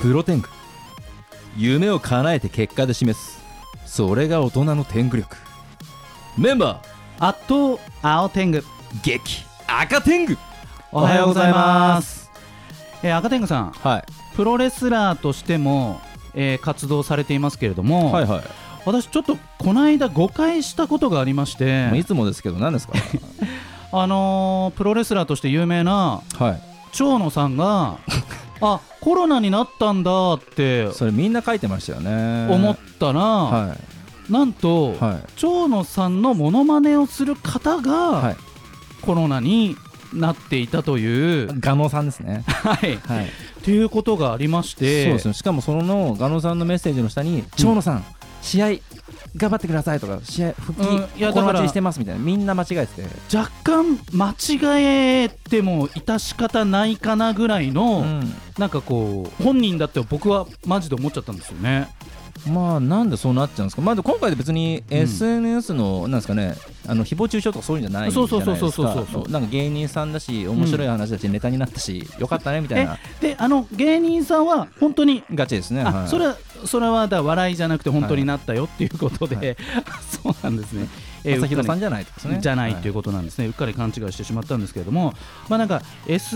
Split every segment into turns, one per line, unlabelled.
プロテング夢を叶えて結果で示すそれが大人の天狗力メンバ
あっと青天狗
ー激赤天狗
おはようございます、えー、赤天狗さん
は
プロレスラーとしても、えー活動されていますけれども、
いはいはい、
私ちょっとこの間誤解したことがありまし
もうい
て
つもですけど何 ですか
あのープロレスラーとして有名な
はい
蝶野さん があコロナになったんだって
それみんな書いてましたよね
思ったら、
は
なんと、
いはい
蝶野さんのモノマネをする方が、
はい
コロナになっていたという、
ガノさんですね
はい、っ
はい
ていうことがありまし
そう
て
ですねしかもそのガノさんのメッセージの下に「長野さん試合頑張ってください」とか「試合復帰、
うんいやだか
心
ら
待ちにしてます」みたいなみんな間違えてて
若干間違えても致し方ないかなぐらいの、
うん
なんかこう本人だって僕はマジで思っちゃったんですよね
まあなんでそうなっちゃうんですか、まあ、でも今回で別に
ん
SNS のなんですかね、あの誹謗中傷とかそういうんじゃないじゃないですか
そうそうそうそうそうそう
なんか芸人さんだし面白い話だし、ネタになったしよかったねみたいな
であの芸人さんは本当に
ガチですねは
あ
い、
それはそれはだ笑いじゃなくて本当になったよっていうことで、
はい
そうなんですね、えー
朝日田さんじゃないってことですね
じゃないという
う、
ことなんですね、うっかり勘違いしてしまったんですけれども、まあ、なんか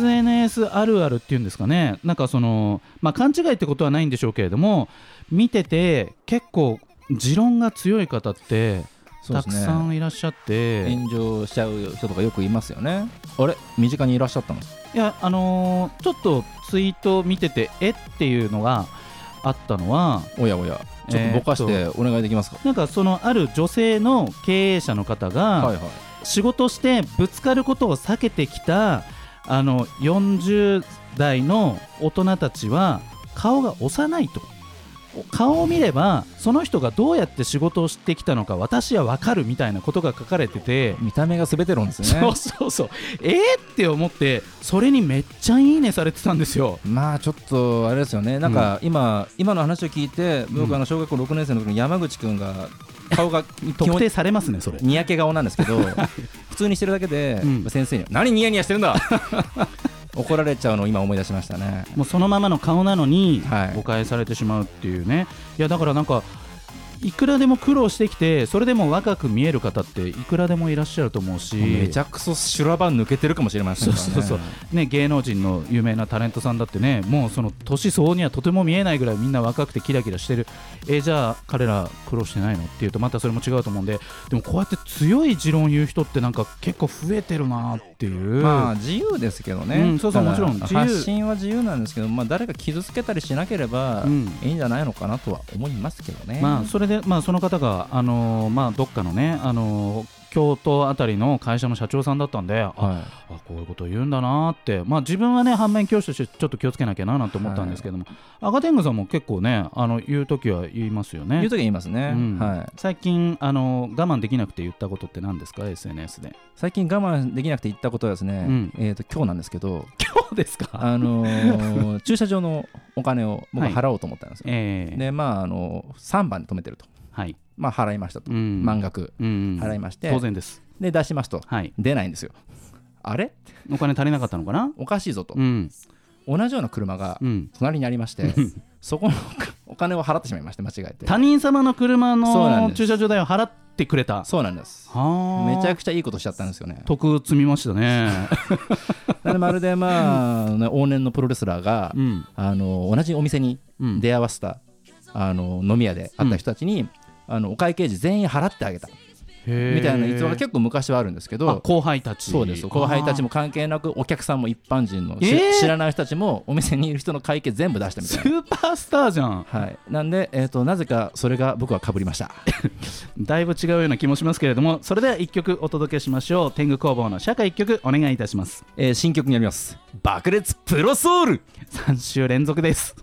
SNS あるあるっていうんですかね、なんかその、まあ、勘違いってことはないんでしょうけれども、見てて、結構、持論が強い方って、
そう
た
です
く
ね
さんいらっしゃって、
炎上しちゃう人とかよくいますよねあれ身近にいらっしゃったんです
いや、あのーちょっとツイートを見てて、えっていうのがあったのは、
おやおやちょっとぼかしてお願いできますか、
なんかそのある女性の経営者の方が、
はいはい
仕事してぶつかることを避けてきたあの40代の大人たちは顔が幼いとお顔を見ればその人がどうやって仕事をしてきたのか私は分かるみたいなことが書かれてて、
見た目が全て論ですね
そうそうそうえー、って思ってそれにめっちゃいいねされてたんですよ
まあちょっとあれですよね、なんか今、今の話を聞いて、僕、あの小学校6年生の時の山口君が、顔が基
特
本
定されますねそれ
にやけ顔なんですけ ど、普通にしてるだけで
うん、
先生に、何ニヤニヤしてるんだ 怒られちゃうのを今、思い出しましたね。
もうそのままの顔なのに
はい
誤解されてしまうっていうね、い、やだからなんかいくらでも苦労してきてそれでも若く見える方っていくらでもいらっしゃると思うし
めちゃくそ修羅場抜けてるかもしれませんからね。
そうそうそうね、芸能人の有名なタレントさんだってねもうその年相応にはとても見えないぐらいみんな若くてキラキラしてるえじゃあ彼ら苦労してないのっていうとまたそれも違うと思うんででもこうやって強い持論言う人ってなんか結構増えてるなっていう、
まあ自由ですけどね、
うんそうそう
だから
もちろん自由
発信は自由なんですけど、まあ、誰か傷つけたりしなければ
うん
いいんじゃないのかなとは思いますけどね。
まあ、それで、まあ、その方が、あのーまあ、どっかのね、あのー京都あたりの会社の社長さんだったんで、あ
はい
あこういうこと言うんだなーって、まあ、自分はね反面教師としてちょっと気をつけなきゃななんて思ったんですけども、赤天狗さんも結構ねあの言う時は言いますよ
言
ね
う。とき言いますね、
うん
はい、
最近あの我慢できなくて言ったことって何ですか SNS で
最近我慢できなくて行ったことはですね、
うん
えー、と今日なんですけど、
今日ですか
あの ー駐車場のお金を僕は払おうと思ったんですよ。
ええ
で、まああの3番で止めてると、
はい、
まあ、払いましたと、
うん
満額
うんうん
払いまして、
当然です
で出しますと、
はい
出ないんですよ。あれ
お金足りなかったのかな
おかしいぞと、
うん
同じような車が
うん
隣にありまして、そこの お金を払ってしまいまして、間違えて。
他人様の
そ
車
うなん
の
です
駐車場代を払ってくれた
そうなんです。
はあ
めちゃくちゃいいことしちゃったんですよね。
得積みまし たね
なのでまるで、まあ、ね往年のプロレスラーが、
うん
あの同じお店に
うん
出会わせた、あの飲み屋で会った人たちに、あのお会計時全員払ってあげたみたいな逸話が結構昔はあるんですけ
あ
ど
後輩たち
そうです後輩たちも関係なくお客さんも一般人の、し
えー
知らない人たちもお店にいる人の会計全部出したみ
ス
たいな。
ーパースターじゃん
はい、なんで、えー、となぜかそれが僕はかぶりました。
だいぶ違うような気もしますけれどもそれでは1曲お届けしましょう天狗工房の社会1曲お願いいたします
えー新曲になります。爆裂プロソウル
3週連続です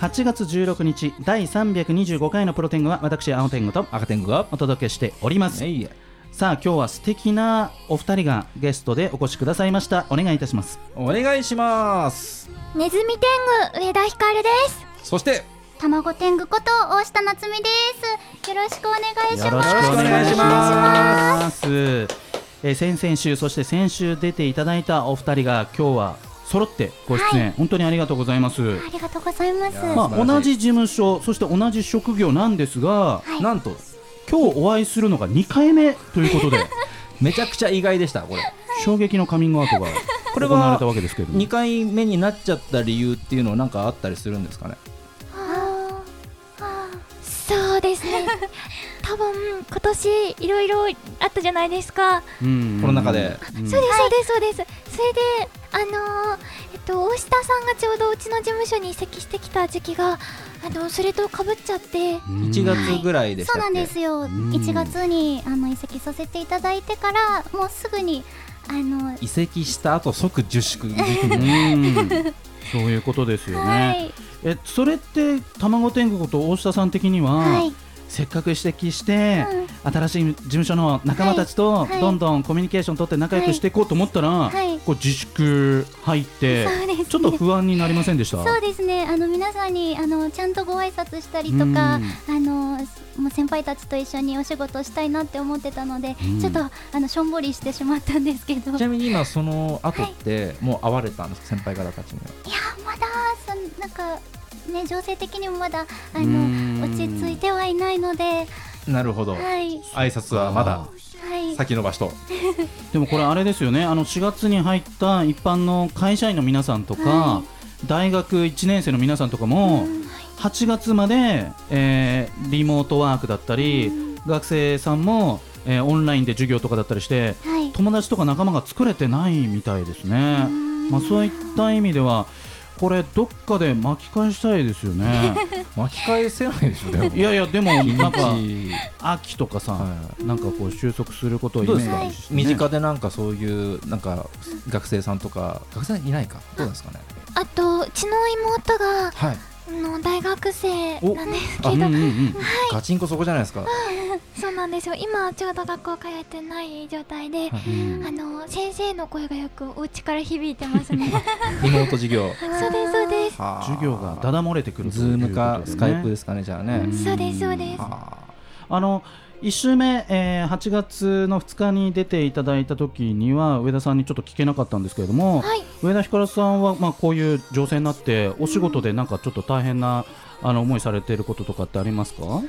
8月16日第325回のプロ天狗は私青天狗と
赤天狗が、
お届けしております
えいえ
さあ今日は素敵なお二人がゲストでお越しくださいましたお願いいたします。
お願いします。
ネズミ天狗上田ひかるです
そして
卵天狗こと大下夏美ですよろしくお願いします
よろしくお願いします
えー先々週そして先週出ていただいたお二人が今日は揃ってご出演、本当にありがとうございます、
ありがとうございます。
いや
ま
素晴
あ、
らしい
同じ事務所そして同じ職業なんですが、
はい
なんと今日お会いするのが2回目とい うことで
めちゃくちゃ意外でしたこれ
衝撃のカミングアウトが
これ
行
は
われたわけですけれども
2回目になっちゃった理由っていうのはなんかあったりするんですかね
あーあーそうです ね多分今年いろいろあったじゃないですか、
うん
この中で
うん
そうですそうですそうです、それであのーえっと大下さんがちょうどうちの事務所に移籍してきた時期があのそれとかぶっちゃって
うん
1月ぐらいでした
そ
っ
う
け
なんですよ
ん
1月にあの移籍させていただいてからもうすぐにあの
移籍した後即自粛
うんそういうことですよね、
はい
えそれって卵天国と大下さん的には、
はい
せっかく指摘して、
うん
新しい事務所の仲間たちと
はいはい
どんどんコミュニケーション取って仲良くしていこうと思ったら、
はい
こう自粛入って、
そうですね
ちょっと不安になりませんで した
そうですねあの皆さんにあのちゃんとご挨拶したりとか、
うん
あのもう先輩たちと一緒にお仕事したいなって思ってたので、
うん
ちょっとあのしょんぼりしてしまったんですけどい
ち
や
なみに今その後ってもう会われたんですか先輩方たちには
まだそんなんかね情勢的にもまだあ
う
の
ん
落ち着いてはいないので
なるほど
はい
挨拶はまだ
はい
先延ばしと
でもこれあれですよねあの4月に入った一般の会社員の皆さんとか、
は
大学1年生の皆さんとかも、8月まで、えーリモートワークだったり、学生さんも、えーオンラインで授業とかだったりして
はい
友達とか仲間が作れてないみたいですね、まあ、そういった意味ではこれどっかで巻き返したいですよね
巻き返せないでしょでも
いやい やでもなんか
日
秋とかさ、
は
なんかこう収束することをイメ
どう
ー
で
ジ
すか、
して、ね、
身近でなんかそういうなんか学生さんとか学生さんいないかどうなんですかね
あとうちの妹が
はい
あの大学生
お
なんです
あ
けど
うんうんうん
ガチンコそこじゃないですか、
そうなんですよ今ちょうど学校通ってない状態で、
はい
うん
あの先生の声がよくお家から響いてますね
リモート授 業
そうですそうです
授
授業がだだ漏れてくると
ズ
い
ー
うこと
ム
で
か
ね
スカイプですかねじゃあね、
ん
そうですそうです
はあ
あの1週目、えー8月の2日に出ていただいた時には上田さんにちょっと聞けなかったんですけれども、
はい
上田ひかるさんは、まあ、こういう情勢になってお仕事でなんかちょっと大変なあの思いされていることとかってありますか、は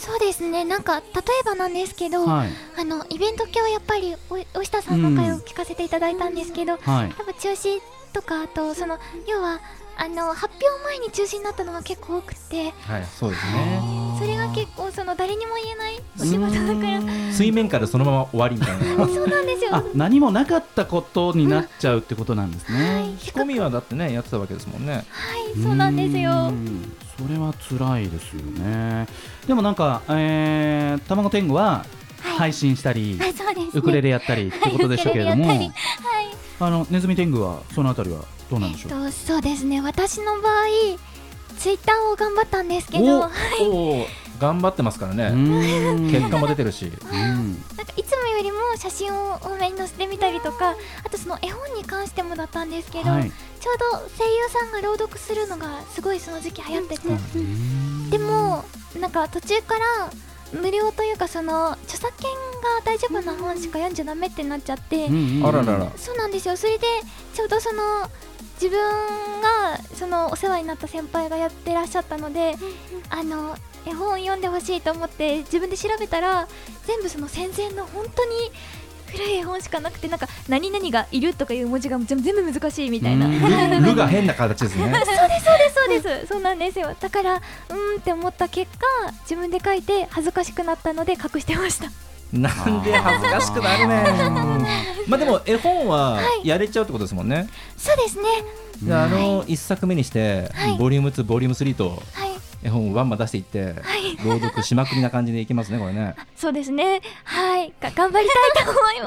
そうですねなんか例えばなんですけど、
い
あのイベント系はやっぱりおお下さんの会を聞かせていただいたんですけど、
はい
やっぱ中止とかあとその要はあの発表前に中止になったのが結構多くて
はいそうですね
それが結構その誰にも言えない仕事だから
水面下でそのまま終わりみたいな
そうなんですよ
あ何もなかったことになっちゃうってことなんですね。
仕込みはだってねやってたわけですもんね
はいそうなんですよ
んそれは辛いですよね。でもなんか、えー、卵天狗は配信したり、
あそうですね
ウクレレやったりってことでしたけれども、
はいウクレレやっ
あのネズミ天狗はそのあたりはどうなんでしょう。
えっとそうですね私の場合ツイッターを頑張ったんですけど
お
なんか
お頑張ってますから
う
ね、
ーん
結果も出てるし
うん
いつもよりも写真を多めに載せてみたりとかあとその絵本に関してもだったんですけど、
はい
ちょうど声優さんが朗読するのがすごいその時期流行ってて、
う
でもなんか途中から無料というかその著作権が大丈夫な本しか読んじゃダメってなっちゃって、
うんうん
あららら
そうなんですよそれでちょうどその自分がそのお世話になった先輩がやってらっしゃったのであの絵本読んでほしいと思って自分で調べたら全部その戦前の本当に古い絵本しかなくてなんか何々がいるとかいう文字が全部難しいみたいな。
う
そ
ん
う
ルルが変な形ですね
ですそうですそうなんですよだからうーんって思った結果自分で書いて恥ずかしくなったので隠してました
なんで恥ずかしくなるねまあでも絵本はやれちゃうってことですもんね、
そうですね
であの一作目にして、
はい
ボリューム2ボリューム3と
はい
絵本をワンマン出していって、
はい
朗読しまくりな感じでいきますねこれ ね
そうですねはいが頑張りたいと思い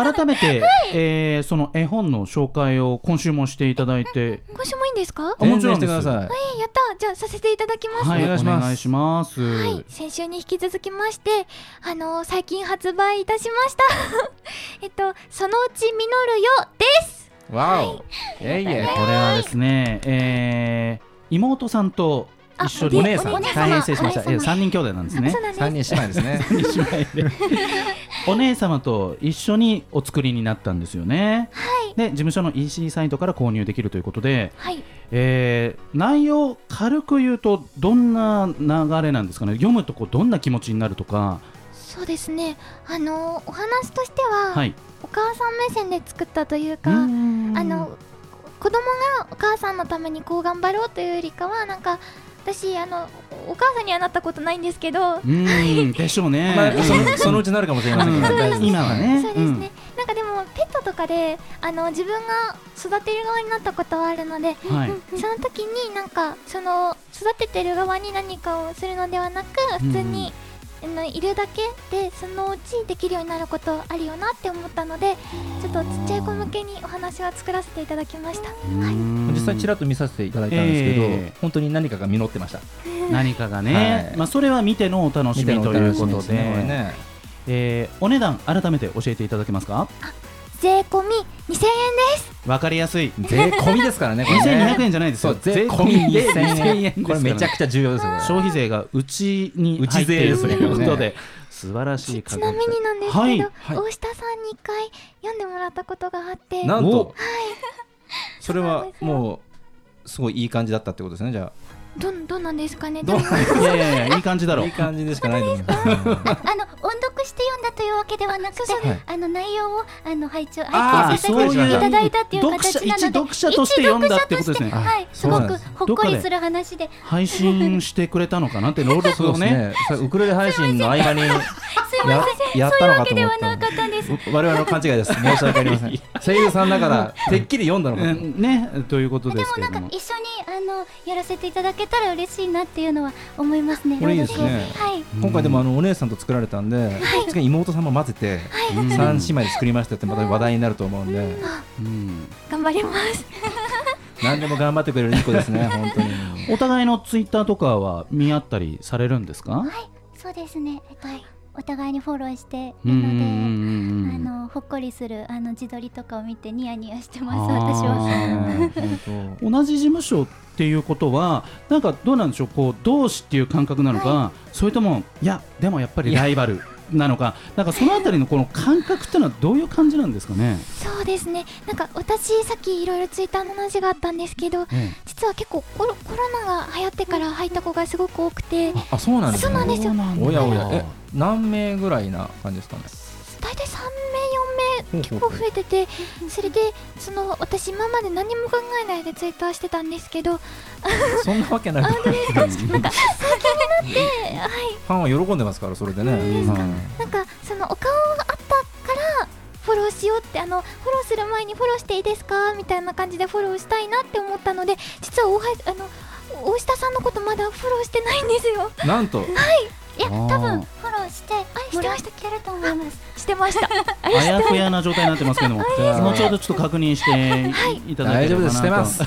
ます
改めて、えーその絵本の紹介を今週もしていただいて、
今週もいいんですか
あもちろ
宣伝し
ん
て
です
ください
えーやったじゃあさせていただきます、
はい、
お願いします
お願いします。
はい、先週に引き続きまして、あのー最近発売いたしました。 えっと、そのうち実るよです。
わお、いえいえ
えーこれはですね、えー妹さんと
あ
一緒
お
に
姉
さ
様
ん大変失礼しました
お姉様
え三人兄弟なんですね
そうなんです
三人姉妹ですね
姉妹で お姉様と一緒にお作りになったんですよね、で事務所の EC サイトから購入できるということで、
はい
えー内容軽く言うとどんな流れなんですかね読むとこうどんな気持ちになるとか
そうですねあのお話としては、
はい
お母さん目線で作ったという
う
か、
ん
あの子供がお母さんのためにこう頑張ろうというよりかはなんか私あのお母さんにはなったことないんですけ
う
ど、
んでしょうね、
まあ
うん
そのそのうちなるかもしれませんけど大丈夫です
今はね
そうですね、なんかでもペットとかであの自分が育てる側になったことはあるので、
うんはい
その時になんかその育ててる側に何かをするのではなく普通に、あのいるだけでそのうちできるようになることあるよなって思ったのでちょっとちっちゃい子向けにお話は作らせていただきました。
うん
実際ちらっと見させていただいたんですけど、
ええ
本当に何かが実ってました
何かがね、
はい
まあ、それは見てのお楽しみということで
見てのお楽しみすねこれね
えーお値段改めて教えていただけますか
税込み2000円です
わかりやすい
税込みですからねこれね
2200円じゃないです
そ
よ
う税込み2000
で2000円
円
です
これめちゃくちゃ重要ですよこれ
消費税がうちに
う
入
ち
って
税
い
で
る
す
と
ね
いうことで
ね
素晴らしい
ち
価
な
格
みになんですけど、
はい
はい
大下さんに1回読んでもらったことがあって
なん
お
とそれはもうすごいいい感じだったってことですねじゃ
どんどうなんですかね
あ
でも
いやいやいやいい感じだろ
いいう感じでしかないと思います
あの音読して読んだというわけではなくて、
はい
あの内容をあの拝聴拝
ああ
見させていただいたっていう
読
形
者
な
一
ので
読者として読んだってことですね
あ
はい、す
そう
ご
なんで
く
す
ほっこりする話で、
配信してくれたのかなって朗読
そう
を
です
ね
ねそれウクレレ配信の合間にややったのかと思ったんで
方です。
我々の勘違いです申し訳ありません 声優さんだからてっきり読んだの
う
かと
んねということ
で
です
も
け
な
れ
ん
ど
か
も
一緒にあのやらせていただけたら嬉しいなっていうのは思いますね。
これいいですね
はい。
今回でもあのお姉さんと作られたんで次は妹さんも混ぜて
うん
三姉妹で作りましたってまた話題になると思うんで
うん
頑張ります
何でも頑張ってくれる一個ですね 本当に
お互いのツイッターとかは見合ったりされるんですか
そうですね。えっと、お互いにフォローして
う
い
ん
る
う
の
ん
で。あ
うんうん
のほっこりするあの自撮りとかを見てニヤニヤしてます私は
あ
そう本
ー同じ事務所っていうことはなんかどうなんでしょうこう同志っていう感覚なのか、それともいやでもやっぱりライバルなのかなんかそのあたりのこの感覚っていうのはどういう感じなんですかね、
そうですねなんか私さっきいろいろツイッターの話があったんですけど実は結構コロコロナが流行ってから入った子がすごく多くて
当あそうなんです
そう
ね
なんですよ
おやおやえ何名ぐらいな感じですかね
大体3
ほうほ
名4名
う
結
ほう
構増えててそれでその私今まで何も考えないでツイッターしてたんですけど
そんなわけないと思うファンは喜んでますからそれでねはい
なんかそのお顔があったからフォローしようってあのフォローする前にフォローしていいですかみたいな感じでフォローしたいなって思ったので実は大橋あの大下さんのことまだフォローしてないんですよ。
なんと
いや
あー
多分フォローして
あ
も
して
ら
ま
っ
して
ると思います
してました。
あやふやな状態になってますけども、
れ
もうちょっとちょっと確認していただけ
大
れ
丈夫
ば
ですしてま
な
す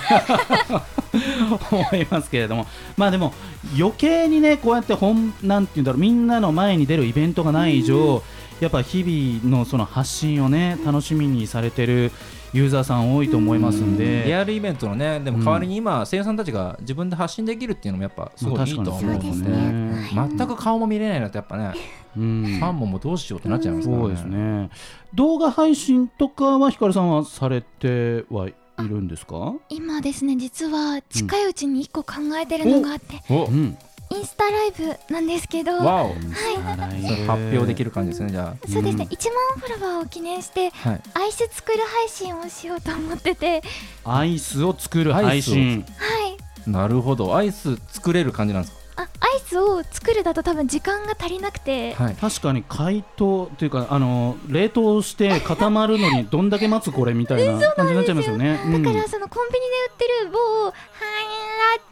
と思いますけれども、まあでも余計にねこうやって本なんていうんだろうみんなの前に出るイベントがない以上、やっぱ日々のその発信をね楽しみにされてるユーザーさん多いと思いますん
リ
で、
アルイベントのねでも代わりに今声優さんたちが自分で発信できるっていうのもやっぱすごいいいとは思う
まあ
ん
確
で
か
す
にそうです
ね
ね。
全く顔も見れないなってやっぱね
うん
ファンももうどうしようってなっちゃいますから
そうですね。動画配信とかはヒカルさんはされてはいるんですか？
今ですね実は近いうちに1個考えてるのがあって、
お
ん。
インスタライブなんですけど
わお
はい
発表できる感じですねじゃ
そうですね、
うん
1万フォロワーを記念して
あはい
アイス作る配信をしようと思ってて
アイスを作る配信
はい
なるほどアイス作れる感じなんです
あアイスを作るだと多分時間が足りなくて
かはい
確かに解凍というかあの冷凍して固まるのにどんだけ待つこれみたいな感じになっちゃいますよね。
だか
うん
らそのコンビニで売ってる某ハンラ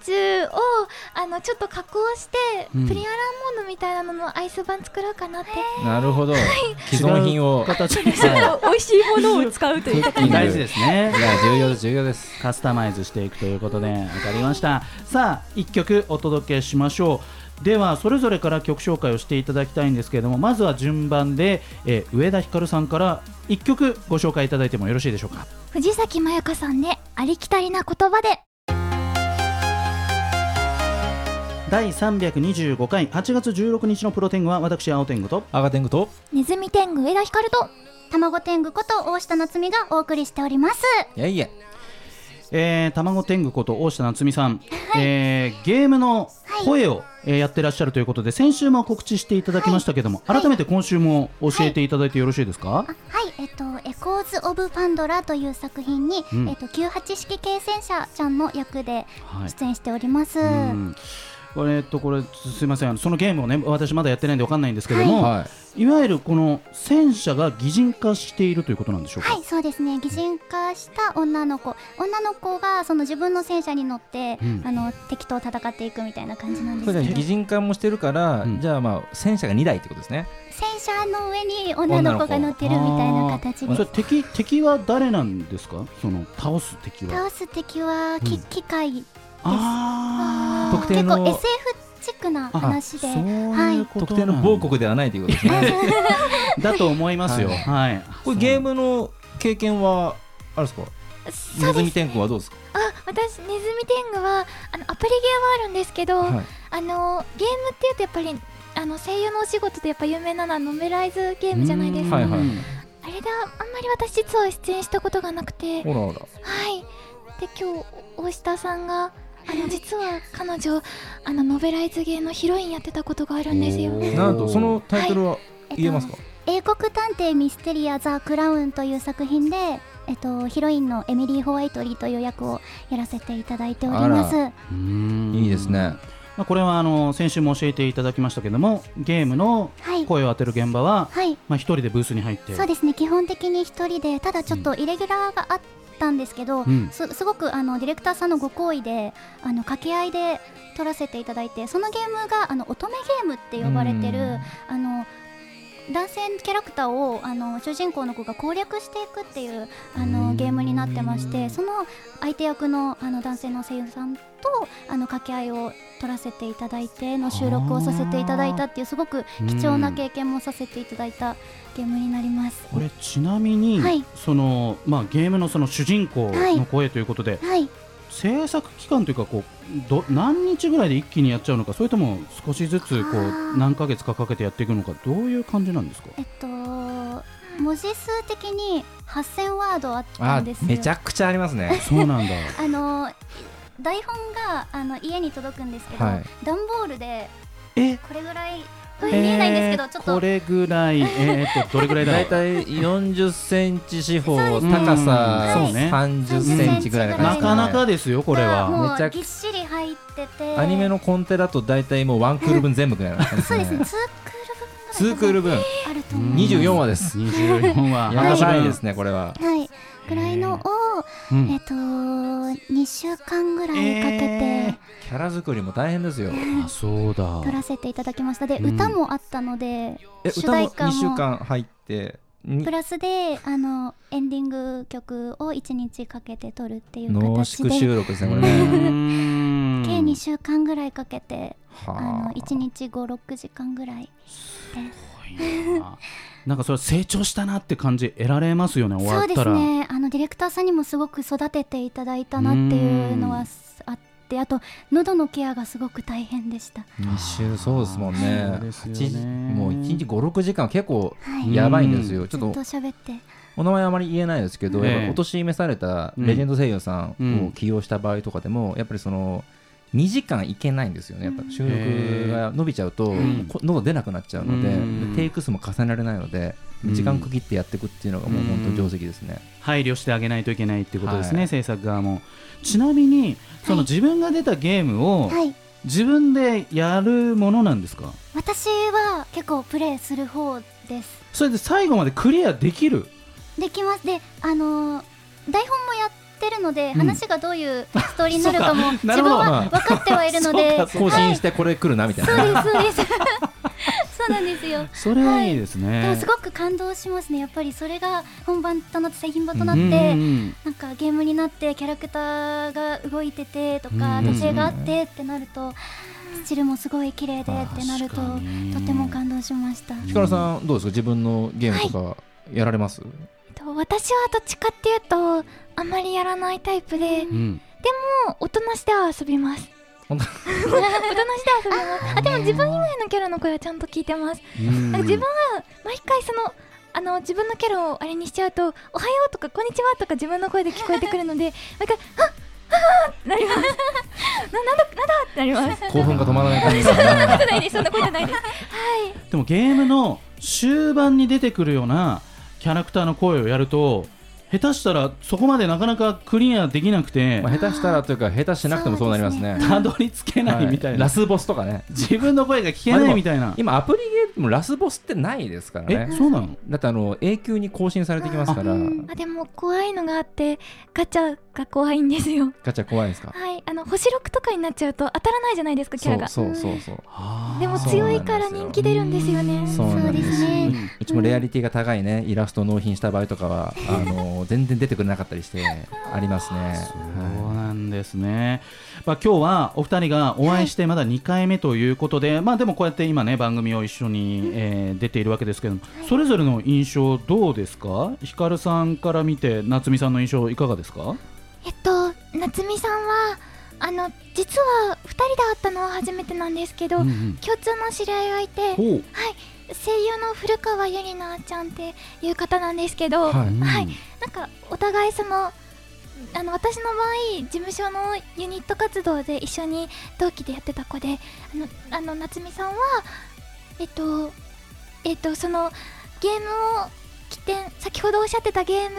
ッチュをあのちょっと加工して、
うん
プリンアラモンドみたいなののアイス版作ろうかなって、
なるほど既存品を
違う形にする
美味しいものを使うという。
い
大事ですね
い。や重要です重要です
カスタマイズしていくということで分かりましたさあ1曲お届けしましょうではそれぞれから曲紹介をしていただきたいんですけれどもまずは順番で、えー上田ひかるさんから1曲ご紹介いただいてもよろしいでしょうか
藤崎まゆかさんね、ありきたりな言葉で。
第325回8月16日のプロ天狗は私青天狗と
赤天狗と
ネズミ天狗上田光と
卵天狗こと大下夏美がお送りしております
いやいや
えー、卵天狗こと大下夏美さん、えーゲームの声を、えーやってらっしゃるということで先週も告知していただきましたけども、改めて今週も教えていただいてよろしいですか、
あはい、えっと、エコーズ・オブ・パンドラという作品に、
うん
えっと、98式経戦者ちゃんの役で
はい
出演しております。
うんこれえっとこれすすいませんあのそのゲームをね私まだやってないんでわかんないんですけども、、
はい
わゆるこの戦車が擬人化しているということなんでしょうか、
はい、そうですね。擬人化した女の子、女の子がその自分の戦車に乗って、
うん
あの敵と戦っていくみたいな感じなんで
そ
す
れ
け
じゃ
ど
あ擬人化もしてるから、
うん
じゃあまあ戦車が2台ってことですね
戦車の上に女の子が乗ってるみたいな形
そ
で
れ敵敵は誰なんですかその倒す敵は
倒す敵はき、
うん
機械
あ
特定の
結構 SF チックな
あ
話で
ー
は
そういうこと
特定の某国ではないということですね
だと思いますよ
はい
はい
これゲームの経験はあるんですかネズミ天狗はどうですか
あ私ネズミ天狗はあのアプリゲーはあるんですけど、
はい
あのゲームっていうとやっぱりあの声優のお仕事でやっぱ有名なのはノベライズゲームじゃないですか、
はいはい
あれだあんまり私実は出演したことがなくてはい
ほらほら
で今日大下さんがあの実は彼女あのノベライズゲーのヒロインやってたことがあるんですよ
なんとそのタイトルは言えますか、
英国探偵ミステリア・ザ・クラウンという作品で、えっと、ヒロインのエミリー・ホワイトリーという役をやらせていただいております。
あ
は
うん
いいですね
まあこれはあの先週も教えていただきましたけどもゲームの
い、
声を当てる現場は
はい、
まあ一人でブースに入って
そうですね、基本的に一人で、ただちょっとイレギュラーがあったんですけど、
うん
すすごくあのディレクターさんのご好意で、あの掛け合いで撮らせていただいて、そのゲームがあの乙女ゲームって呼ばれて
うん
る、あの男性キャラクターをあの主人公の子が攻略していくっていうあのゲームになってましてその相手役のあの男性の声優さんとあの掛け合いを取らせていただいての収録をさせていただいたっていうすごく貴重な経験もさせていただいたゲームになります。
これちなみに、
はい
そのまあ、ゲームのその主人公の声ということで、
はい、
制作期間というかこうど何日ぐらいで一気にやっちゃうのかそれとも少しずつこ
あー
う何ヶ月かかけてやっていくのかどういう感じなんです か
えっと文字数的に8000ワードあった
あ
んですよ。
めちゃくちゃありますね
そうなんだ
あの台本があの家に届くんですけど、
はい
段ボールで
え
これぐらい 見えないんですけど、
えー
ちょっ
ことれぐらいえー、っとどれぐらいだろ
だ
う
いたい40センチ四方
そう
です
高さ
うんそうね
30センチぐらいな感
な
じですね
かなかですよこれ
が
は
も
めち
う
ゃく
ぎっしり入ってて
アニメのコンテだと大体もうワンクール分全部ぐらいなんです
そう ですね
ね2
2ク
ク
ー
ー
ル
ル
分ぐらいか
分
なあると思い
24話です
24 話
やばい
半
ですねこれは
ますはいぐらいのを
分うん
えっと2週間ぐらいかけ
え
て
キャラ作りも大変ですよ
ーあそうだ
撮らせていただきましたで
うん
歌もあったので
え
主
歌
題
も
歌も
2週間入ってに
プラスであのエンディング曲を1日かけて撮るっていう
濃
形
縮
で
収録ですねこ
う
れ ね
ん
計2週間ぐらいかけてあ
は
の1日56時間ぐらい
なんかそれ成長したなって感じ得られますよね終わ
そう
っ
で
た
す
ら
ねあのディレクターさんにもすごく育てていただいたなっていうのはあってあと喉のケアがすごく大変でした
2週そうですもん
そ
ね
うですよね
八時もう1日56時間は結構
はい
やばいんですよち
ず
ょ
っ
っと
と喋って
お名前あまり言えないですけど、
ええ
やっぱお年召されたレジェンド声優さ
うん
んを起用した場合とかでも、やっぱりその2時間いけないんですよねやっぱ収録が伸びちゃうと、
うん
こ喉出なくなっちゃうので、
うん
テイク数も重ねられないので
うん
時間区切ってやっていくっていうのがもう本当定石ですね、
配慮してあげないといけないっていうことですね、
はい
制作側もちなみにその自分が出たゲームを
はい
自分でやるものなんですか、
私は結構プレイする方です
それで最後までクリアできる
できますであのー台本もやってるので
ん
話がどういうストーリーになるかも
な
自
る
分
ほど
は分かってはいるので
そうか
更新してこれ来るなみたいな、
そう ですそうですそうなんですよ
それはいいですね、
でもすごく感動しますねやっぱりそれが本番となって製品版とな
う
って、
んうん
なんかゲームになってキャラクターが動いててとか
うん
立ち絵があってってなるとスチルもすごい綺麗でってなると
確かに
とても感動しました
ヒカルさんどうですか自分のゲームとかやられます、
と私はどっちかっていうとあんまりやらないタイプで
うんうん
もう大人しては遊びます大人して自分以外のキャラの声はちゃんと聞いてます
うん
なんか自分は毎回そのあの自分のキャラをあれにしちゃうと「おはよう」とか「こんにちは」とか自分の声で聞こえてくるので毎回「はっはっはっ」ってなります ななんだなんだってなり ます
興奮が止まらない感じですね
じゃないですそんな声じゃないです
でもゲームの終盤に出てくるようなキャラクターの声をやると下手したらそこまでなかなかクリアできなくて
まあ下手したらというか下手しなくてもそうなりますね
たどり着けないみたい
は
な、
ラスボスとかね
自分の声が聞けないみたいな、
今アプリゲーでもラスボスってないですから
え
ね
そうなの
だってあの永久に更新されてきますから
あでも怖いのがあってガチャが怖いんですよ
ガチャ怖いですか
はいあの星6とかになっちゃうと当たらないじゃないですかキ
そ
ャラ
う
が
そうそうそう
でも
そう
強いから
そうなんですよ
人気出るんですよね
そうなんです
そうですね
うん
うちもレアリティが高いねイラスト納品した場合とかはあの全然出てくれなかったりしてありますね
そうなんですね、まあ、今日はお二人がお会いしてまだ2回目ということで、まあでもこうやって今ね番組を一緒に、えー出ているわけですけども、それぞれの印象どうですかひかるさんから見て夏美さんの印象いかがですか
えっと夏美さんはあの実は2人で会ったのは初めてなんですけど、
うんうん
共通の知り合いがいて
ほう
声優の古川ゆりなちゃんっていう方なんですけど、
はい
うん
はいなんかお互いそのあの私の場合事務所のユニット活動で一緒に同期でやってた子であのあの夏美さんはえっとえっとそのゲームを起点先ほどおっしゃってたゲーム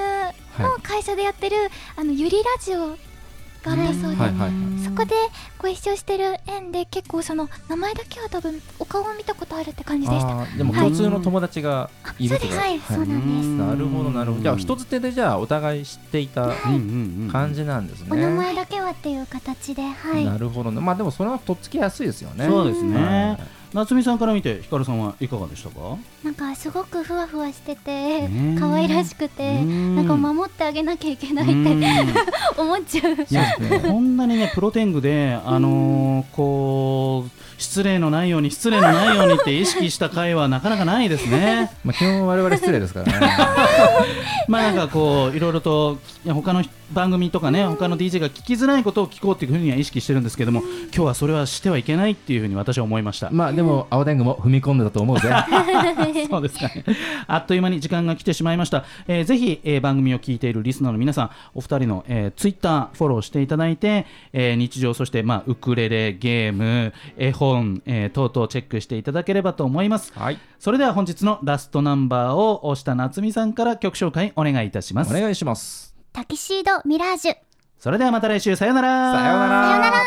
の会社でやってる、あのゆりラジオがあったそうで、
はいはい
そこでご一緒してる縁で結構その名前だけは多分お顔を見たことあるって感じでした
あーでも共通の友達がいるとか、
はいそうなんで
う
す、
ん
なるほどなるほどじゃあ人づてでじゃあお互い知っていた
うんうんうん
感じなんですね、
お名前だけはっていう形ではい
なるほどねまあでもそれはとっつきやすいですよね
そうですね
は
夏美さんから見てひかるさんはいかがでしたか
なんかすごくふわふわしてて
ねえ
可愛らしくてなんか守ってあげなきゃいけないって思っちゃう
いやこんなにねプロテングで、あのーこう失礼のないように失礼のないようにって意識した回はなかなかないですね。
まあ、基本我々失礼ですからね
まあなんかこういろいろといや他の番組とかね他の DJ が聞きづらいことを聞こうっていうふうには意識してるんですけども今日はそれはしてはいけないっていうふうに私は思いました。
まあでも青天狗も踏み込んでたと思うぜ
そうですかね。あっという間に時間が来てしまいました。えーぜひ、えー番組を聞いているリスナーの皆さん、お二人の、えー、ツイッターフォローしていただいて、えー日常、そして、まあ、ウクレレ、ゲーム、絵本、えー等々チェックしていただければと思います。
はい
それでは本日のラストナンバーを押した夏美さんから曲紹介お願いいたしま
お
す。
願いします
タキシードミラージュ
それではまた来週、さようなら。
さようなら
さよなら